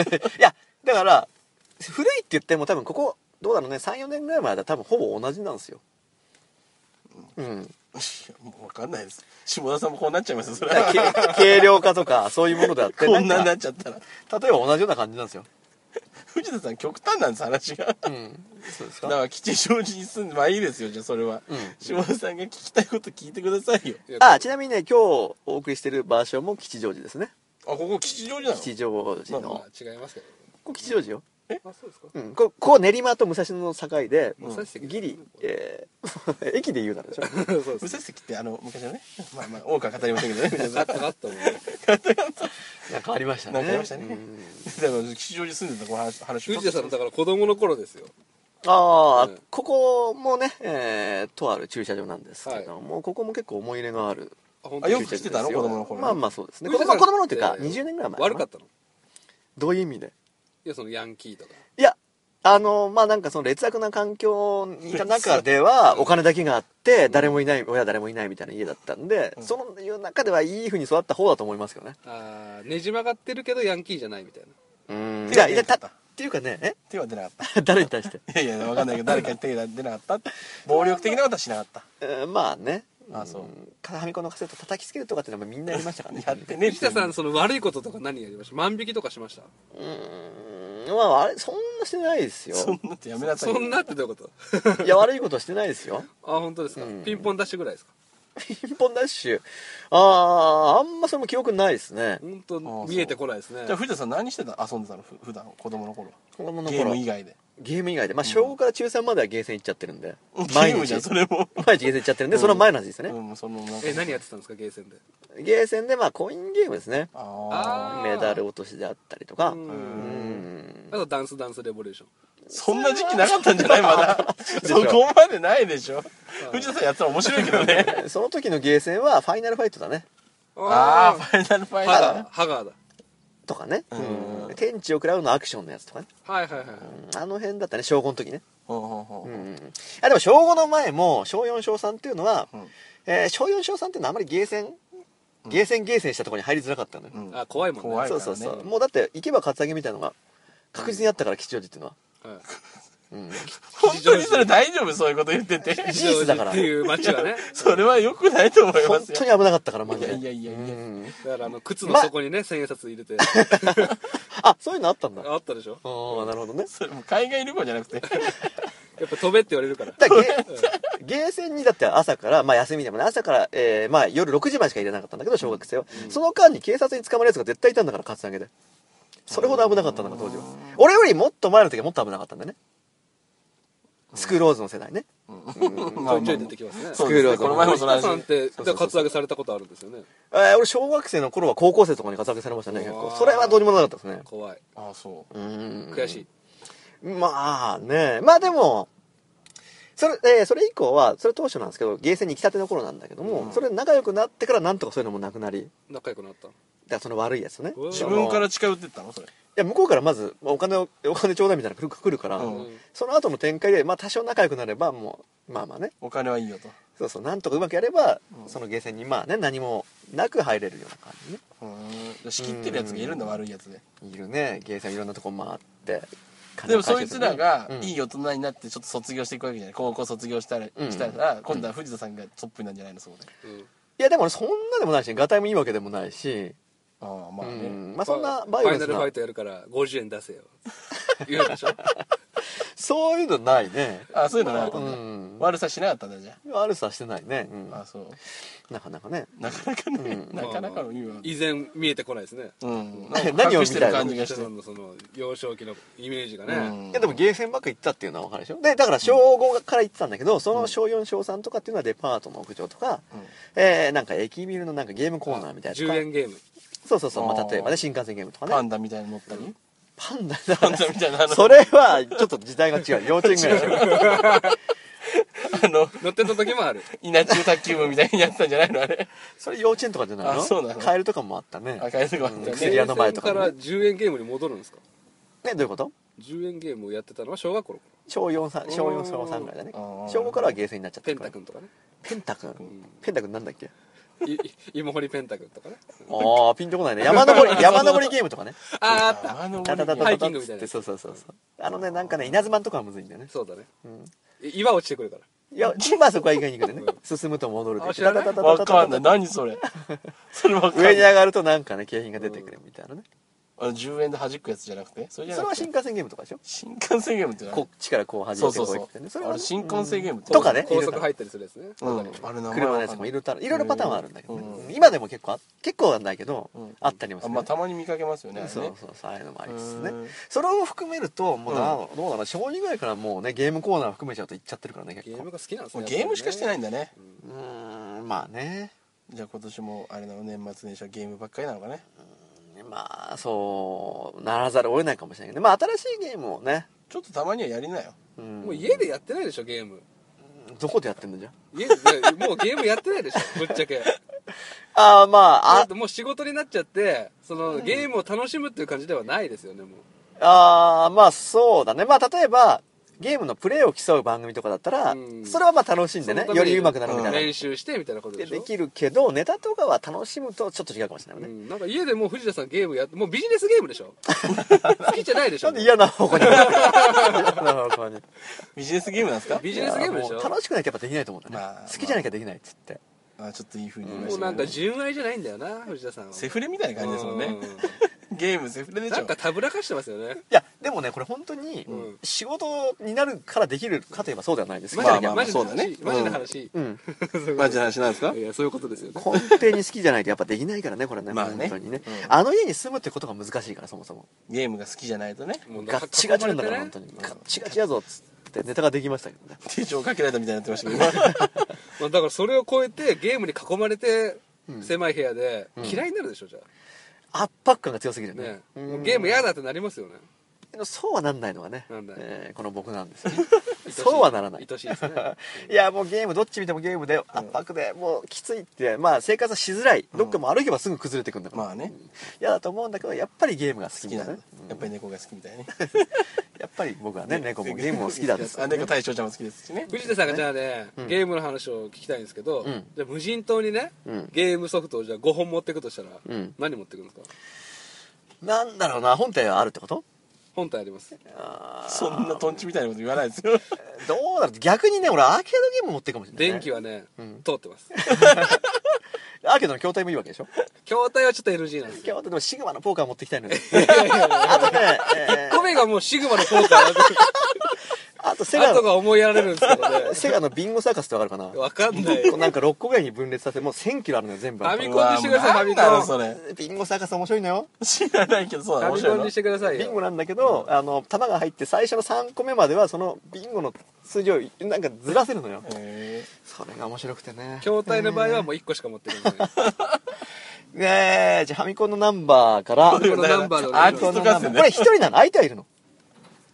いやだから古いって言っても多分ここどうだろうね34年ぐらい前だ多分ほぼ同じなんですようんいやもう分かんないです下田さんもこうなっちゃいますよそ れだ はからけ軽量化とかそういうものであってこんなにななんっちゃったらか例えば同じような感じなんですよ藤田さん極端なんです話がうんそうですだから吉祥寺に住んでまあいいですよじゃあそれは、うん下田さんが聞きたいこと聞いてくださいよいやあちなみにね今日お送りしてる場所も吉祥寺ですねあここ吉祥寺なの吉祥寺まあまの違いますけどここ吉祥寺よあそうですかうん、こここ練馬と武蔵野の境で、武蔵関ギリ、えー 駅で言うならでしょ そうです武蔵関ってあの昔のねまあまあ多くは語りませんけどね皆さんガッタガッタもなんかありましたねなんかありましたねうんだから 吉祥寺住んでた子の話話藤田さんのかだから子供の頃ですよああ、うんここもね、えーとある駐車場なんですけども、ここも結構思い入れのあるあ本あよく駐来車て場でたすよの子供の頃まあまあそうですね子藤供田さん子供のっていうかって20年ぐらい前悪かったのどういう意味でいやそのヤンキーとかいやあのまあなんかその劣悪な環境にいた中ではお金だけがあって誰もいない親誰もいないみたいな家だったんで、うんそのいう中ではいいふうに育った方だと思いますけどねあーねじ曲がってるけどヤンキーじゃないみたいなうん手いやがい出やなたかっったていうかねえ 手は出なかっ誰に対して、たいやいやわかんないけど誰かに手が出なかった暴力的なことはしなかったえー まあねあそうファミコンのカセット叩きつけるとかっていうのはみんなやりましたからねやってねえって藤田さんその悪いこととか何やりました万引きとかしましたうーんまああれそんなしてないですよそんなってやめなさいよそんなってどういうこといや悪いことしてないですよあ本当ですか、うんピンポンダッシュぐらいですかピンポンダッシュあああんまそれも記憶ないですね本当そう見えてこないですねじゃあ藤田さん何してた遊んでたのふ普段子供の頃子供のゲー頃ム以外でゲーム以外でまあ小5から中3まではゲーセン行っちゃってるんでゲ毎ーム日じゃんそれも毎日ゲーセン行っちゃってるんでその前の話ですよねうんそのなんかえ何やってたんですかゲーセンでゲーセンでまあコインゲームですねああーメダル落としであったりとかううんーんんあとダンスダンスレボリューションあそんな時期なかったんじゃないまだでしそょこまでないでしょ藤田さんやってたら面白いけどねその時のゲーセンはファイナルファイトだねああファイナルファイハナガルーハガーだとかねうんうん天地を食らうのアクションのやつとかねはいはいはいはうい、んあの辺だったね小5の時ねほうほうほううんうんうんあでも小5の前も小4小3っていうのは、うんえー小4小3っていうのはあまりゲーセンゲーセンゲーセンしたところに入りづらかったのよ、うんあ怖いもんね怖いかそらうねそうそうもうだって行けばカツアゲみたいなのが確実にあったから吉祥寺っていうのは、はいうん、本当にそれ大丈夫そういうこと言ってて事実だからっていう街はねそれは良くないと思いま本す当よに危なかったからマジでいやいやいやいやうんだからあの靴の底にね千円札入れてあそういうのあったんだああったでしょあなるほどねそれもう海外旅行じゃなくてやっぱ飛べって言われるからだからゲーゲーセンにだって朝から、まあ、休みでもね朝から、えーまあ、夜6時までしか入れなかったんだけど小学生は、その間に警察に捕まるやつが絶対いたんだからカツアゲでそれほど危なかったんだから当時は俺よりもっと前の時はもっと危なかったんだねスクールオーズの世代ね、ちょいちょい出てきますねそうでスすねクールこはの前もそ藤の田話さんってそうそうそうだからカツアゲされたことあるんですよねえー俺小学生の頃は高校生とかにカツアゲされましたね結う構わーそれはどうにもなかったですね怖いあそううーん悔しいまあねまあでもそれ,、えーそれ以降はそれ当初なんですけどゲーセンに行きたての頃なんだけども、うんそれ仲良くなってからなんとかそういうのもなくなり仲良くなったのだからその悪いやつねうわ自分かあのらい近寄ってったのそれや向こうからまずまあお金をお金ちょうだいみたいなのが来るから、うんうんその後の展開で、まあ、多少仲良くなればもうまあまあねお金はいいよとそうそうなんとかうまくやれば、うんそのゲーセンにまあね何もなく入れるような感じねうーん仕切ってるやつがいるんだうん悪いやつでいるねゲーセンいろんなとこ回ってでもそいつらがいよ、い大人になってちょっと卒業していくわけじゃない高校卒業したらうんしたら今度は藤田さんがトップになるんじゃないのそうでうんいやでも俺そんなでもないしガタイもいいわけでもないし、ああまあうねんまあそんなフバイオァレイナンスルフなァイトやるから50円出せよ言うで しょそういうのないねあそういうのなかったうんんだ悪さしなかったんだじゃ悪さしてないね、うんああそうなかなかねなかなかねうんなかなかの意味は依然見えてこないですね うん何をなんか隠見してたるいの感じ藤が田しさてんのその幼少期のイメージがうんねいやでもゲーセンばっか行ったっていうのは分かるでしょでだから小5から行ってたんだけどその小4小3とかっていうのはデパートの屋上とか、うんえーなんか駅ビルのなんかゲームコーナーみたいなとか10円ゲームそうそうそう、まああ、ー例えばね新幹線ゲームとかパねンダみたいに乗ったりパンダパンダみたいなあのそれはちょっと時代が違う幼稚園ぐらいでしょ あの乗ってた時もある稲中卓球部みたいにやってたんじゃないのあれそれ幼稚園とかじゃないのあそうなのカエルとかもあったね赤いとこあったよ薬屋ねの前とかねゲーセンから10円ゲームに戻るんですかねどういうこと10円ゲームをやってたのは小学校の頃小4さん小4小3ぐらいだねあー小5からはゲーセンになっちゃったペンからタ君とかねペンタ君ペンタ君なんだっけいい芋掘りペンタ君とかねああピンとこないね山登り山登りゲームとかねあーあったあのタタタタタハイキングみたいなってそうそうそうそうあのねなんかね稲妻のとかはむずいんだよねそうだねうんい岩落ちてくるからいや今はそこは意外に行くんだよね進むと戻るであ知らないタタタタわタタ かんない何それそれわかんな上にい上がるとなんかね景品が出てくるみたいなねあの10円で弾くやつじゃなくてそれじゃそなれはくて新幹線ゲームとかでしょ新幹線ゲームってなこっちからこう始そめうてそこううそ行うくってねそれあはれね新幹線ゲームってとかね高速入ったりするやつね。うなんんかねあれ名前車のわやかつんもないいろいろいろいろパターンはあるんだけどね、うん今でも結構あ結構はないけど、うんあったりもすある、まあたまに見かけますよねあれねそうそうそうああいうのもありますねうんそれを含めるともうな、どうだろう正直ぐらいからもうねゲームコーナー含めちゃうといっちゃってるからね結ゲーム構が好きなんですもね。うゲームしかしてないい。んだねうーんまあねじゃあ今年もあれなの年末年始はゲームばっかりなのかねまあそうならざるを得ないかもしれないけどまあ新しいゲームをね、ちょっとたまにはやりなようん、もう家でやってないでしょ、ゲーム。どこでやってんのじゃ家で、もうゲームやってないで しょ、ぶっちゃけ。ああまあだっあてもう仕事になっちゃって、そのゲームを楽しむっていう感じではないですよね、もあーまあそうだねまあ例えばゲームのプレイを競う番組とかだったら、うんそれはまあ楽しう。んでねそのたよめにり上手くなるみたいな、練習してみたいなことででしょ。できるけどネタとかは楽しむとちょっと違うかもしれないうね、ん、なんか家でもう藤田さんゲームやってもうビジネスゲーム でしょ好きじゃないでしょなんで嫌な方向に嫌な方向にビジネスゲームなんですかビジネスゲームでしいょやもう楽しくなきゃやっぱできないと思うんだね、まあ好きじゃなきゃできないっつってあちょっといい風に言いまもしうなたんけかど純愛じゃないんだよな藤田さんはセフレみたいな感じですもんねゲームセフレうでんしなょんかたぶらかしてますよねいやでもねこれ本当にうん仕事になるからできるかといえばそうではないですマけジど、まなあまあマジそうだねマジな話、うん、まあじゃあ話なんですかいやそういうことですよね根底に好きじゃないとやっぱできないからねこれね,、まあね本当にね、うんあの家に住むってことが難しいからそもそもゲームが好きじゃないとねもうガッチガチなんだから囲ま本れて当ねにガッチガチやぞっつってネタができましたけどね手錠かけられたみたいになってましたけど 今まあだからそれを超えてゲームに囲まれてうん狭い部屋でうん嫌いになるでしょじゃ圧迫感が強すぎあるねねうんもうゲーム嫌だってなりますよねそうはなんないのがねなんだえーこの僕なんですよねそうはならない愛しいですねいやもうゲームどっち見てもゲームで圧迫でもうきついってまあ生活はしづらいどっかも歩けばすぐ崩れてくんだから、まあね嫌だと思うんだけどやっぱりゲームが好好ききななんんだだねやっぱり猫が好きみたいねやっぱり僕はね猫もゲームも好きだですあ猫大将ちゃんも好きですしね藤田さんがじゃあね、うんゲームの話を聞きたいんですけど、うんじゃあ無人島にね、うんゲームソフトをじゃあ5本持っていくとしたら、うん何持ってくるんですかなんだろうな本体はあるってこと本体ありますあーそんなトンチみたいなこと言わないですよどうだろう逆にね俺アーケードゲーム持ってるかもしれない、ね、電気はね、うん通っ てますアーケードの筐体もいいわけでしょ筐体はちょっと NG なんですよ筐体でもシグマのポーカー持ってきたいのにあとね、えー米がもうシグマのポー カーあとセだガのとが思いやられるんですけどねセガのビンゴサーカスってわかるかなわかんないこうなんか6個ぐらいに分裂させてもう1000キロあるのよ全部ファミコンにしてくださいファミコンうわもうなんだろうビンゴサーカス面白いのよそれ知らないけどそうフなのァ面ミ白いコンのにしてくださいビンよゴなんだけど、あの玉が入って最初の3個目まではそのビンゴの数字をなんかずらせるのよへそれが面白くてね筐体の場合はもう1個しか持ってくれないねえじゃあファミコンのナンバーからファミコンのナンバーのアーティスト合ファミコンのナン戦バーこねれ一人なの相手はいるの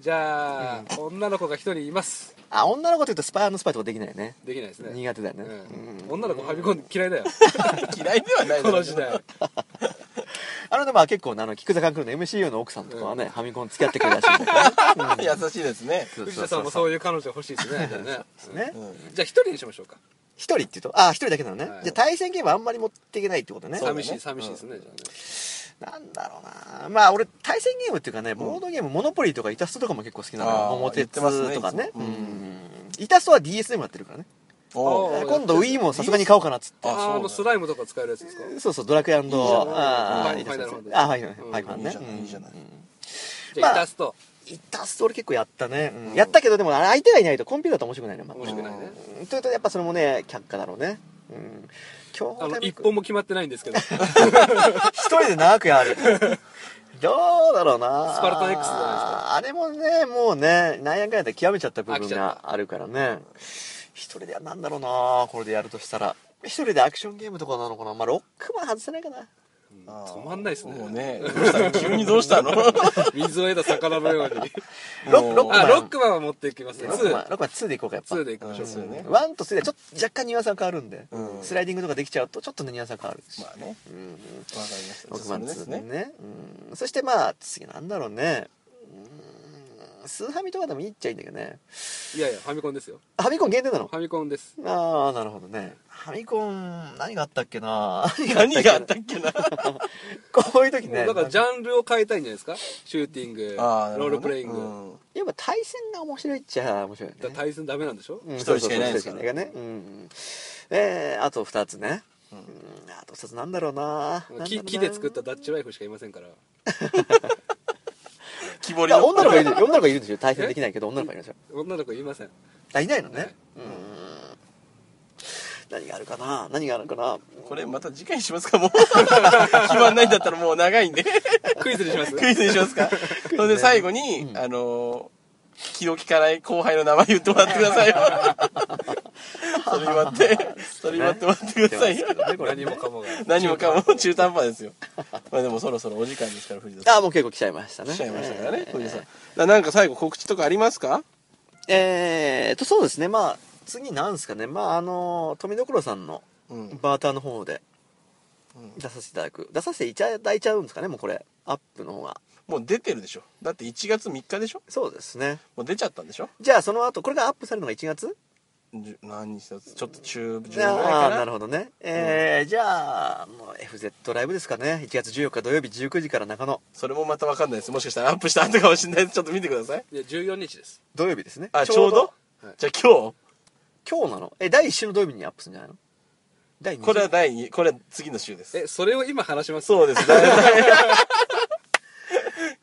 じゃあ、女の子が1人いますあ女の子と言うとスパイのスパイとかできないよねできないですね、苦手だようね、んうん女の子ファミコン嫌いだよ嫌いではないだころのう時けど代あのでもまあ結構ねあの菊坂君の MCU の奥さんとかはね、ファミコン付き合ってくれるらしいんだ 優しいですねけど藤田さんもそういう彼女欲しいですねじゃあねうねうんじゃあ1人にしましょうか一人っていうとああ一人だけなのね、はいじゃあ対戦ゲームあんまり持っていけないってことねそうだね寂しい寂しいですね、じゃあねなんだろうなまあ俺対戦ゲームっていうかねボードゲーム、モノポリーとかイタストとかも結構好きなのあよー桃鉄と言ってかますねねいつもうんうんイタストは DS でもやってるからねおあうー今度 Wii もさすがに買おうかなっつってああそうあのスライムとか使えるやつですかそうそうドラクエあいいじゃないあーファイファイナルファンタジーあはいはいファイうナんルいいじゃないいいねじゃないじまゃああイラストイタスト俺結構やったね、うんやったけどでもあれ相手がいないとコンピューターと面白くないね、まあ面白くないねうんというとやっぱそれもね却下だろうねうん今あの日一本も決まってないんですけどスパ一人で長くや るどうだろうなスパルタン X じゃないですかあれもねもうね何やかんやで極めちゃった部飽分きちゃっがあるからね一人でやなんだろうなこれでやるとしたら一人でアクションゲームとかなのかなまあロックマン外せないかなあー止まんないですねもうねどうした急にどうしたの水を得た魚のようにロもッロックうマあンロックマンは持っていきますねロックマンロ2ックマン2でいこうかやっぱ2でいきましょうそうよね1と3ではちょっと若干ニュアンスが変わるんで、うんスライディングとかできちゃうとちょっとねニュアンスが変わるし、まあねうんわかりましたロックマそンれで2すねねうん、そしてまあ次なんだろうねうーんスーハミとかでもいいっちゃいいんだけどねいやいやファミコンですよあファミコン限定なのファミコンですああなるほどねファミコン何があったっけ な何があったっけなこういう時もねうだからジャンルを変えたいんじゃないですかシューティング あなるほローどルねプレイング、うんやっぱ対戦が面白いっちゃ面白いよだねから対戦ダメなんでしょ、うん一人しかいないですかそらうそうそう一人しかいないからねうんえーあと2つねうんあと2つなんだろうななんだろうな木木で作ったダッチワイフしかいませんから木彫いりのや女の 子いる女の子いるんですよ対戦できないけど女の子いるんですよ女の子言いませんあいないのねねうん何があるかな何があるかなこれまた次回にしますかもう 暇ないんだったらもう長いん でクイズにしますクイズにしますかそれで最後に、あのー気の利かない後輩の名前言ってもらってくだ さいよそれ待ってそれ待ってもらってくださいよ何もかもが何もかも中途半端ですよまあでもそろそろお時間ですから藤田さんあもう結構来ちゃいましたね来ちゃいましたからねえー藤田さんだなんか最後告知とかありますかえーとそうですねまあ次なんですかねまああの富所さんのうんバーターの方でうん出させていただく出させていただいちゃうんですかねもうこれアップの方がもう出てるでしょだって1月3日でしょそうですねもう出ちゃったんでしょじゃあその後これがアップされるのが1月じゅ何日だちょっと中旬ぐらいああかーななるほどねえーじゃあもう FZ ライブですかね1月14日土曜日19時から中野それもまたわかんないですもしかしたらアップした後かもしれないですちょっと見てくださいいや14日です土曜日ですねあちょうどはいじゃあ今日今日なのえ第1週の土曜日にアップするんじゃないの第2週これは第二これは次の週ですえそれを今話しますそう ですだいだい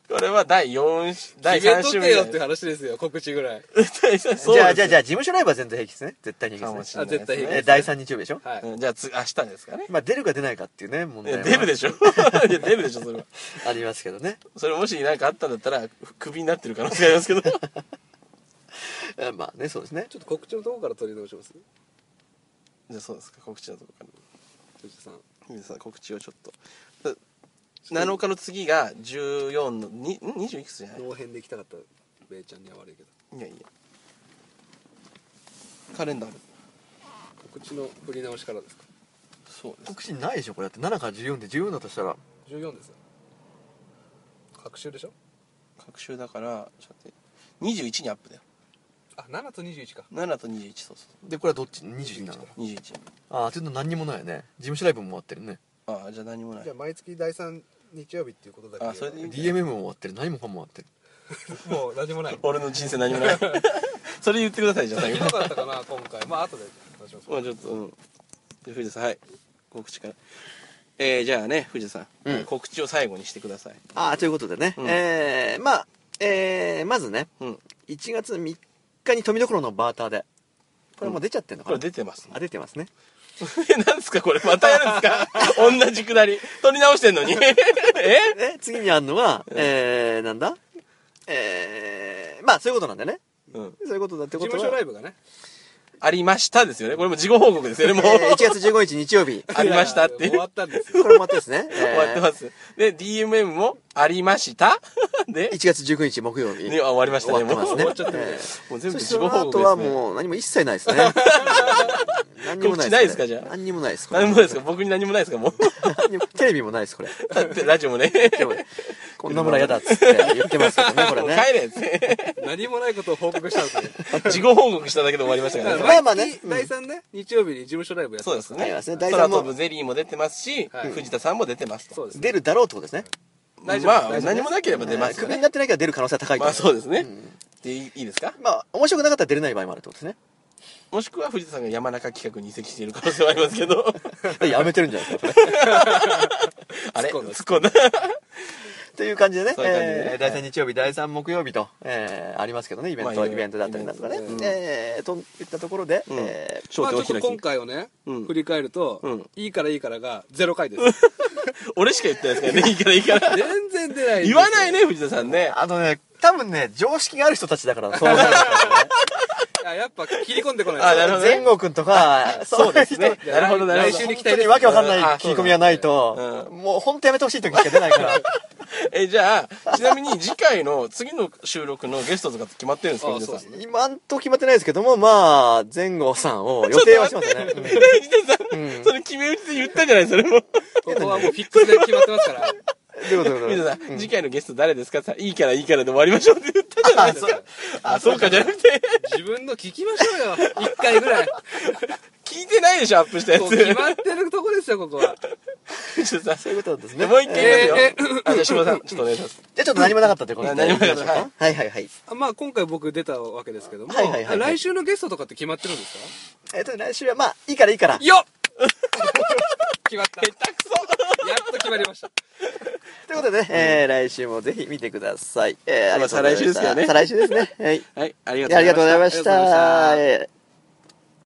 これは第四週第決め3と週け目よだっ て話ですよ告知ぐらいじゃあじゃあゃじゃあ事務所ライブは全然平気ですね絶対に平気ですねあ絶対平気えー第3日曜日でしょ、はいうんじゃあつ明日ですかねまあ出るか出ないかっていうね問いや題出るでししょいや出るでしょそれはょありますけどねそれもし何かあったんだったらクビになってる可能性がありますけどえーまあねそうですねちょっと告知のところから取り直しますじゃあそうですか告知のところから藤田さん皆さん告知をちょっとだ7日の次が14のにん20いくつじゃない脳編で行きたかったベイちゃんには悪いけどいやいやカレンダーある告知の振り直しからですかそうです告知ないでしょこれだって7から14で14だとしたら14ですよ隔週でしょ各週だからちょっと待って21にアップだよあ7と21か7と21そうそでこれはどっち22なのう21ああちょっと何にもないね事務所ライブも終わってるねああじゃあ何もないじゃあ毎月第3日曜日っていうことだけあそれ でいい DMM も終わってる何もかも終わってるもう何もない俺の人生何も ないそれ言ってくださいじゃあ最ひ後どかったかな今回まあ後で話しま すまあちょっとうんで藤田さんはい告知からえー、じゃあね藤田さん、うん告知を最後にしてくださいああということでね、うんえーまあえーまずねうん1月3日に富所のバーターでこれもう出ちゃってんのかこな、れ出てますねあ出てますね え、なんですかこれまたやるんですか同じくだり。取り直してんのに。ええ次にあるのは、えー、なんだえー、まあそういうことなんだよねうん。そういうことだって事こと務は所ライブがねありましたですよね。これも事後報告ですよ ね、もう。えー1月15日日曜日ありましたっていう終わったんですよこれも終わってですね、えー 終わってます。で、DMM もありました。で、 1月19日木曜日ねあ終わりましたね、終わもってう。ますね終わっちゃってえる もう全ーそ部してその事後報後告はですね。もう何も一切ない ですね何にもないです,、告知ないですかじゃあ何にもないですこれ何もないですか僕に何もないですかもう。何にもテレビもないですこれだってラジオもね。でもこんな村やだっつって言ってますけどねこれ もうね帰れっつって。 何もないことを報告したんですね事後報告しただけで終わり ましたからね。まあまあねうん第3ね日曜日に事務所ライブやってそうですありねますね。第空三も飛ぶゼリーも出てますしはい、藤田さんも出てますと。そうですね出るだろうってことですねま大丈夫ですあ、何もなければ出ますクよビにね。なってないから出る可能性は高いとまあそううですね。で、いいいいですかまあ面白くなかったら出れない場合もあるってこと ですねもしくは藤田さんが山中企画に移籍している可能性はありますけ ど、やめてるんじゃないですかそれあれ突っ込ん突だっ込んだ。という感じでねそういう感じでねえー第3日曜日第3木曜日と、えーありますけどねイベント、まあいろいイろベントだったりなんとかね、イベントねえーといったところで、うんえー焦まあ点ちょをっと開今き。回をね、うん振り返ると、うんいいからいいからがゼロ 回です。俺しか言ってない ですからね、いいからいいから。全然出ない。言わないね。ね、藤田さんね。あのね多分ね常識がある人たちだからそうなるんですよねあやっぱ切り込んでこない。あ なるほどね前後君とか そうですね。人なるほど、なる来ほ週どに。本当にわけわかんないあ聞き込みがないと、もう本当やめてほしい時しか出ない からえ、じゃあ、ちなみに次回の、次の収録のゲストとかって決まってるんですか、あ藤田そさ。うん今んとこ決まってないですけどもまあ前後さんを予定はします ね、うんえ、藤田さん、それ決め打ちで言ったじゃないそれも。ここはもうフィックスで決まってますから。どういうことどういう藤こと田さん、次回のゲスト誰ですかってさいいからいいからで終わりましょうって言ったじゃないですか。あ、そうかじゃなくて、自分の聞きましょうよ。一回ぐらい。聞いてないでしょ、アップしたやつこう。決まってるとこですよ、ここは。藤田さそういうことですん。ねでもう一回言いますよえ。あ、じゃあ、下田さん、ちょっとお願いします。じゃあちょっと何もなかったということで何もなかったはいはいはいはいあまあ今回僕出たわけですけども、はいはいはいはい来週のゲストとかって決まってるんですえっと来週はまあいいからいいからかよっ 決まった。や下手くそっと決まりました。ということでね、えー来週もぜひ見てください。えー、ありがとうございましたまあ再来週で再来週ですよねすね。はい。はい、ありがとうあございました。りがとうございました。えー